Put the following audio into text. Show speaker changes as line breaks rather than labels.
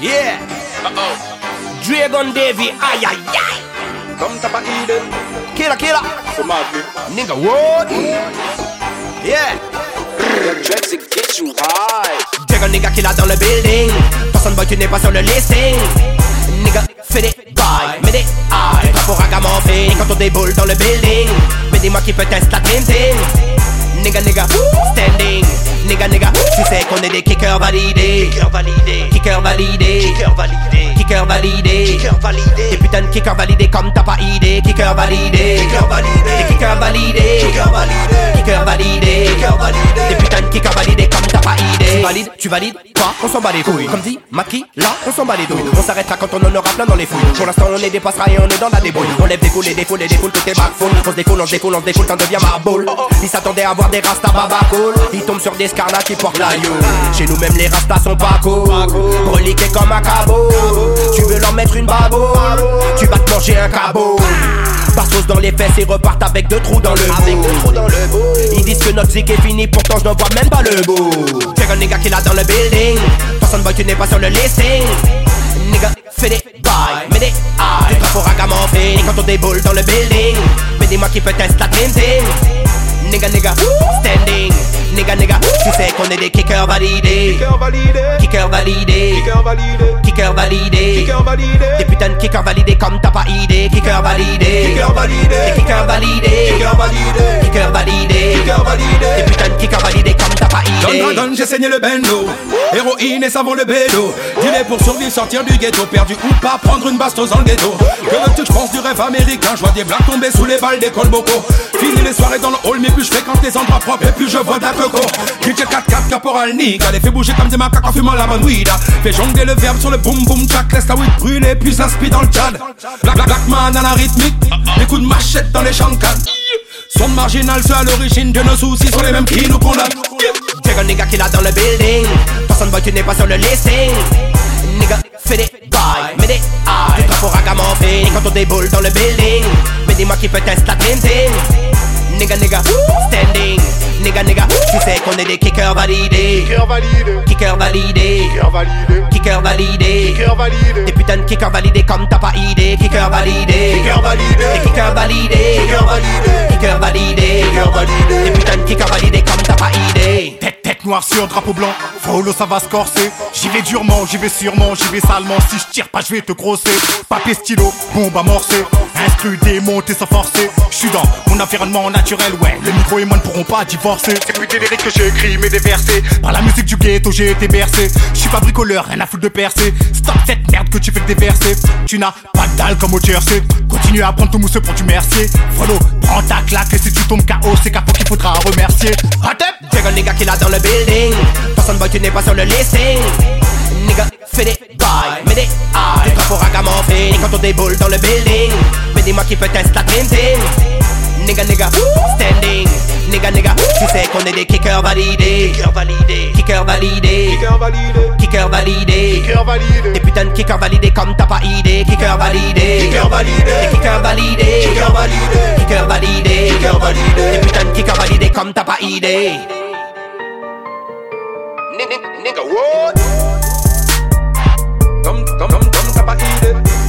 Yeah.
Uh-oh.
Dragon Davy. Aye, aye, aye.
Come tap a Eden.
Killer, killer.
Come at me.
Nigga, what? Yeah.
Your drugs will get you high.
Dragon nigga killer dans le building. Personne boy, tu n'es pas sur le listing. Nigga, fais des bye, mets des eyes. Pas pour agamonter quand on déboule dans le building. Mais dis-moi qui peut tester la dream team. Nigga, nigga, standing. Nigga, nigga, tu sais qu'on est des kickers validés. Kickers validés. Kickers validés. Kickers validés. Kickers validés. Kickers validés. Des putains de kickers validés comme t'as pas idée. Kickers validés. Kickers validés. Des kickers validés. Kickers validés. Kickers validés. Kickers validés. Des putains de kickers validés comme t'as pas idée. Tu valides, tu valides, toi, on s'en bat les couilles. Comme dit Maki, là, on s'en bat les douilles. On s'arrêtera quand on en aura plein dans les fouilles. Pour l'instant, on les dépassera et on est dans la débrouille. On lève des foules, et des foules, et des foules, tout est backful. On se découle, on se découle, on se découle, t'en deviens ma boule. Ils s'attendaient à voir des rastas baba cool. Ils tombent sur des scarlats qui portent la you. Chez nous, même les rastas sont pas cool. Reliqués comme un cabot. Tu veux leur mettre une baboule. Tu vas te manger un cabot. Passos dans les fesses et repartent avec deux trous dans le Avec deux trous dans le Ils disent que notre zik est fini, pourtant je n'en vois même pas le bout. Dragon nigga qui l'a dans le building. Personne boy, tu n'es pas sur le listing. Nigga, fais des bails, mets des eyes. Pas pour agamanter quand on déboule dans le building. Mais dis-moi qui peut tester la dream team. Nigga, nigga, standing. Nigga, nigga, tu sais qu'on est des kickers validés.
Kicker validé.
Kickers validés. Kickers
Kicker validé.
validés.
Kicker validé.
Des putains de kickers validés comme t'as pas idée. Kickers validés.
Kicker validé.
Des kickers validés.
Kicker validé.
Kickers validés.
Kicker
Des
validé.
putains de kickers validés comme t'as pas
Don,
idée.
don, don, j'ai saigné le bendo Héroïne et savon le bédo Dealer pour survivre, sortir du ghetto Perdu ou pas, prendre une bastos dans le ghetto Que veux-tu que je pense du rêve américain Je vois des blagues tomber sous les balles des colbocos Fini les soirées dans le hall Mais plus je fréquente les endroits propres Et plus je vois de la coco Critique 4-4, caporal niga Les fait bouger comme des macaques en fumant la bonne weed Fais jongler le verbe sur le boom boom tchac Laisse la weed brûler, puis s'inspire dans le tchad Black, black, black man à la rythmique Des coups de machette dans les champs de canne. Son marginal, c'est à l'origine de nos soucis Sont les mêmes qui nous condamnent
Dragon nigga qui l'a dans le building. Personne boy, tu n'es pas sur le listing. Nigga, fais des bails, mets des eyes. Tu te pour agamanter quand on déboule dans le building. Mais dis-moi qui peut tester la dream team. Nigga, nigga, standing. Nigga, nigga, tu sais qu'on est des kickers validés.
Kicker validé.
Kickers validés.
Kicker validé.
Kickers validés. Des
Kicker validé.
putains de kickers validés comme t'as pas idée. Kickers validés.
Kicker
Des
validé.
kickers validés.
Kicker validé.
Kickers validés.
Kicker validé.
Des putains de kickers validés comme t'as pas idée.
Tête, tête noire sur drapeau blanc, follow ça va se corser J'y vais durement, j'y vais sûrement, j'y vais salement Si je tire pas je vais te grosser Papier stylo, bombe amorcée Instru démonté sans forcer Je suis dans mon environnement naturel Ouais les micro et moi ne pourront pas divorcer C'est plus des lyriques que j'ai écrit mais déversé Par la musique du ghetto j'ai été bercé Je suis pas bricoleur, rien à foutre de percer Stop cette merde que tu fais que déverser Tu n'as pas de dalle comme au Jersey Continue à prendre ton mousseux pour du mercier Follow, prends ta claque et si tu tombes KO C'est capot qu'il faudra remercier Hot up
Dragon nigga qui l'a dans le building Personne boy tu n'es pas sur le listing Nigga fais des bails, mets des eyes Pas pour agamanter quand on déboule dans le building Mais dis-moi qui peut tester la dream team Nigga nigga standing Nigga nigga tu sais qu'on est des kickers validés Kickers validés Kickers validés
Kicker validé.
Kickers validés
é
Des
Kicker validé.
putains de kickers validés comme t'as pas idée Kickers validés
Kicker
Des
validé.
kickers validés
Kicker validé.
Kickers validés
Kicker validé.
Des putains de kickers validés comme t'as pas idée
Nigga, what? Come, come, come, come tap a Eden.